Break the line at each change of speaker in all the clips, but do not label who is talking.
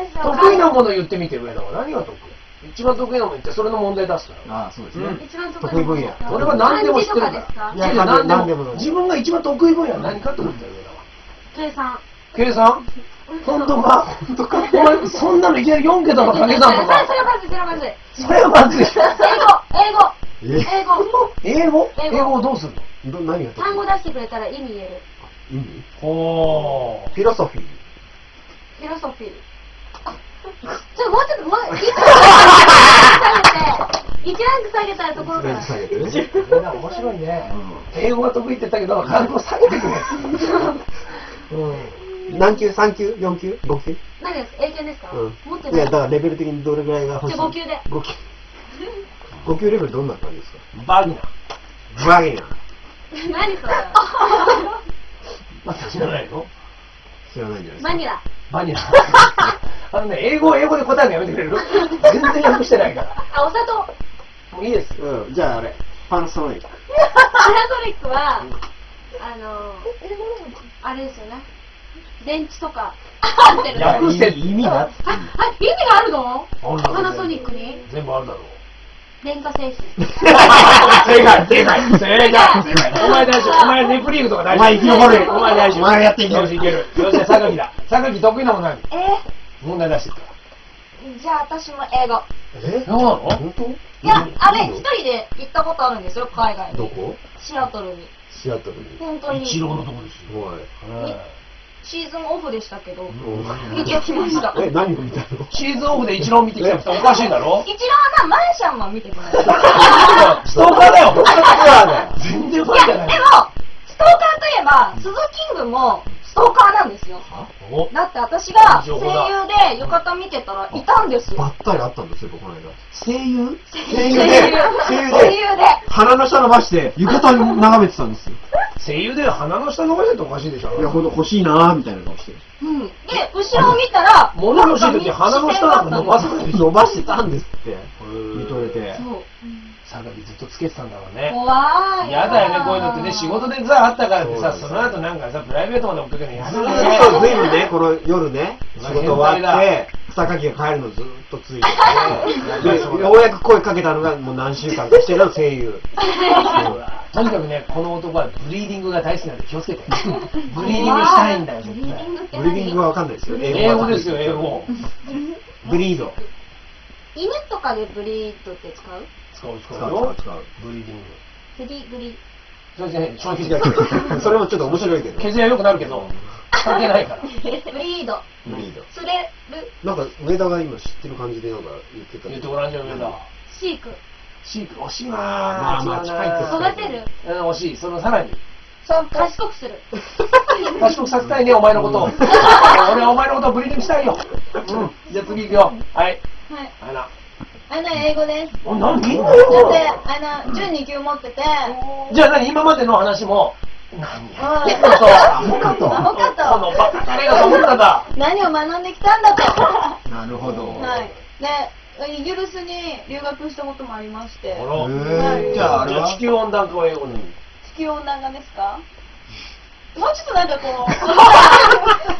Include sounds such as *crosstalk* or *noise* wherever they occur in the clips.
得意なもの言ってみて、上田は。何が得意一番得意なもの言って、それの問題出すから。
ああ、そうですね。
一番
得意分野
俺は何でも知ってるか
漢字と
ら。
か
ですか
いや何
何
で
で
も
も。
自分が一番得意分野は何かって思ったよ、上田は。
計算。
計算本当か
本当か
お前、そんなのいきなり4桁の掛け算と
それ
か。
はまずい、それはまずい。
それはまずい。
英語、英語、英語。英
英語
語
英語をどうするの
ど何が得意
単語出してくれたら意味言える。
意味
ほー。
フィロソフィー。
フィロソフィー。ちょ、もうちょっと、もう、一ランク下げて、一ランク下げたところから。
下げてね。
上田面白いね
うん。
英語が得意って言ったけど、漢字も下げてくれ。うん。
何級 ?3 級 ?4 級 ?5 級
何です英検ですか、
う
持って
ん。いや、だか
る
らレベル的にどれぐらいが欲しい
じゃあ五級で
5級。5級レベルどんな感じですか
バグナ。
ブライナー。
何
*laughs*
それ
また知らないの
知らないんじゃないですか
マニラ。
バ *laughs* ニラ。あのね、英語を英語で答えるのやめてくれる全然訳してないから。
あ、お砂糖。
もういいです。
うん、じゃああれ、パナソニック。
パナソニックは、あの、あれですよね。電池とか、合ってる
いや
ね。
訳して意味が
あ、あ、意味があるの
あるだろ
パナソニックに
全部あるだろう。
電化製品。
正解、正解、正解。お前大丈夫、お前ネプリーグとか大丈夫。
お前生き残れる
お前大丈夫。
お前やっていける
よし、いける。よし、榊だ。榊得意なもん何
え
問題出してくか
ー、じゃあ私も英語。
え
そうなの
本当
いや、あれ、
いい
一
の
人で行ったことあるんですよ、海外に。
どこ
シアトルに。
シアトルに。
本当
ら。
に。
一郎のとこです
す
よ。
ごい。
シーズンオフでしたけど、
うん
見てきました。
え、何を見た
*laughs*
の
シーズンオフで一郎見てきた人おかしいだろ
一郎はな、マンションは見てくれない。でも、
*laughs* ストーカ
*laughs*
ーだよ。
ストーカーだよ
全然ファンじゃない。
ストーカーといえば、鈴キングもストーカーなんですよ。
お
だって私が声優で浴衣見てたらいたんです
ば
よ。
ったりあったんですよ、この間。声優声
声
優
優で、
で声優
声
で、
優で。
鼻の下伸ばして、浴衣眺めてたんですよ。
声優で鼻の下伸ばしてておかしいでしょ。
いや、ほんと欲しいなーみたいな顔して。
うん。で、後ろを見たら、
物のしい時鼻の下なんか伸ばさないでしょ
伸ばしてたんですって。
ー
見とれて。
そう。
榊ずっとつけてたんだろうね
怖い。
嫌だよねこういうのってね仕事でさあったからってさそ
そう
の後なんかさプライベートまで追っかけるの嫌
ず
だ
ー
ね
っと随分ね、この夜ね、仕事終わって、榊が帰るのずーっとついてて、でようやく声かけたのがもう何週間かしてる声優。
うわとにかくねこの男はブリーディングが大好きなんで気をつけてブリーディングしたいんだよ
ブリ
絶
ーディン
対
グって
ブリーディング
何
はわかんないですよ。
英語ですよ英語
ブリード。
犬とかでブリードって使う
使う使
使
う
う
よ
使う
ブリーディング
ブリ、ブリ。
それじゃね消費
使う。それもちょっと面白いけど。
削りは良くなるけど関係ないから
ブリード。
ブリード。
釣れる。
なんか上田が今知ってる感じでなんか言ってた。
言ってごらんじゃ上だ
飼育。
シーク惜しいな
まあまあ
違う
近
ない
育てる。
うん惜しいそのさらに
そう、賢くする。
賢くさせたいね、お前のことを。
うん
俺はお前のことをブリーディングしたいよ。うん。じゃあ次行くよ。はい。
はい。
あら。
あの、英語です。だ
お、何
って、あの、12級持ってて、
じゃあ何今までの話も。何
あ
アホかと。
アホかと
ア
こ
ホかと
のバカタレがと思ったんだ。
何を学んできたんだと。は
なるほど。
い。で、イギリスに留学したこともありまして、
あ
へ
ら。
ー
じ
じ
ゃ
ゃ
あ
あ
あ
あ
れ
れ
は
は
地球温暖化は英
*laughs*
語に。
地球温暖化ですかもうちょっとなんか *laughs* こ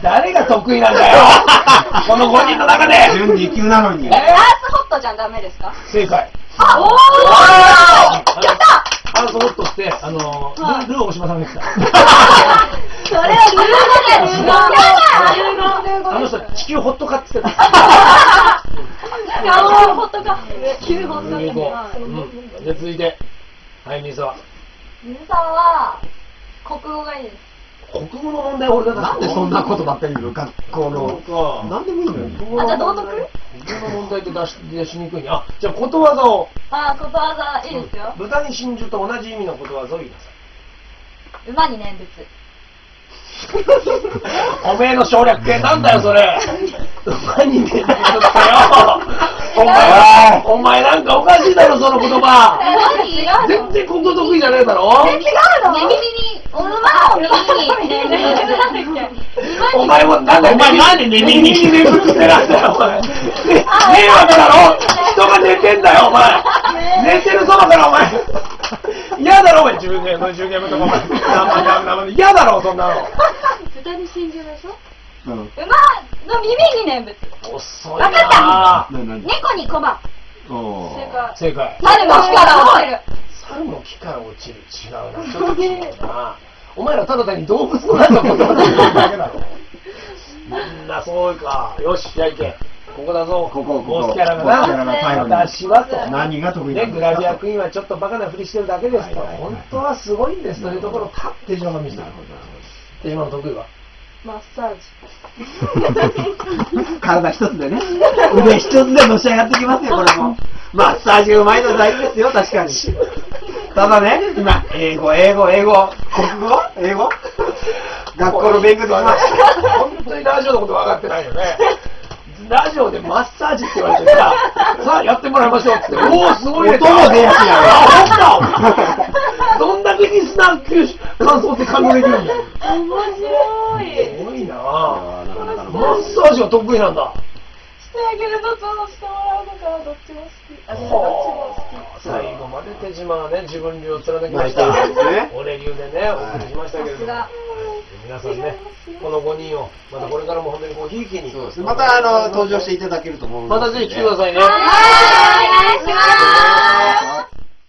誰が得意なん
*laughs*
だよ。この5人の中で。
順二級なのに。
う、アースホットじゃダメですか
正解。
あ、お
あ
ー
の
やった
アンソホットって、あの、ルルー大島さんでした。
それはルー語だ、ルー語ルー語
あの人、地球ホット化って言ってた。
顔ホットか。地球ホッ
ルー
ト
語
か。
うんじゃあ続いて。はい、水沢。
水さんは、国語がいいです。
国語の問題俺が出す
なんでそんなことばっかり言うの学校の。
そうか
なんでもいいのよ。
国語の
あじゃあ道
問題
徳
国語の問題って出し出しにくいねあじゃあことわざを
あー、ことわざいいですよ。
豚に真珠と同じ意味のことわざを言いなさ
馬に念仏。
いおめえの省略系なんだよそれ馬に念仏ってよお前はお前なんかおかしいだろその言葉
何違う
全然国語得意じゃねえだろ
の右耳に、馬を右に念仏。
お前もなんだお前なんで寝耳に眠ってなんだよお前ね迷惑だろ人が寝てんだよお前寝てるそばからお前嫌だろお前10ゲーム10ゲームとかお前生生生嫌だろそんなの
豚に真珠でしょ
うん
馬の耳に念仏。
遅いな
な何
猫に小判。
おー
正解
猿の木から落ちる。
猿の木から落ちる違うなちょっと違うなお前らただ単に動物のなんかことだってだけだろみんなそうかよしじゃあ行けここだぞ
ここここ
ボスキャラが
ボスキャラが最後に
な私はと
何が得意な
ね、
んですか
グラビアクイーンはちょっとバカなふりしてるだけですと、
はいはいはい
本当はすごいんですというところをパッて手順が見せる
なるほどなるほど
手順の得意は
マッサージ。
体一つでね、腕一つでのし上がってきますよ、これ
*laughs*
も。マッサージがうまいの大事ですよ、確かに。ただね、今、英語、英語、
*laughs*
英語、国語、英語、学校の勉強できまし
本当にラジオのこと分かってないよねラジオでマッサージって言われてささあやってもらいましょうっつっておおすごいね
音も出やしない
あ本当どんだけリスナーっていう感想って感動できるんだよ
面白い。
すごいなあ
なかなかの
マッサージは得意なんだ
してあげるのとしてもらうのからどっちも好き。あ、でもどっちも好き。
最後まで手島はね自分流を貫きま
ま
し
したたね
俺流でねお送りしましたけれども、皆さんねこの5人をまたこれからも本当にごひいきに
た。また、あの、登場していただけると思うので
né? またぜひ来てくださいね、
はい、お願いします。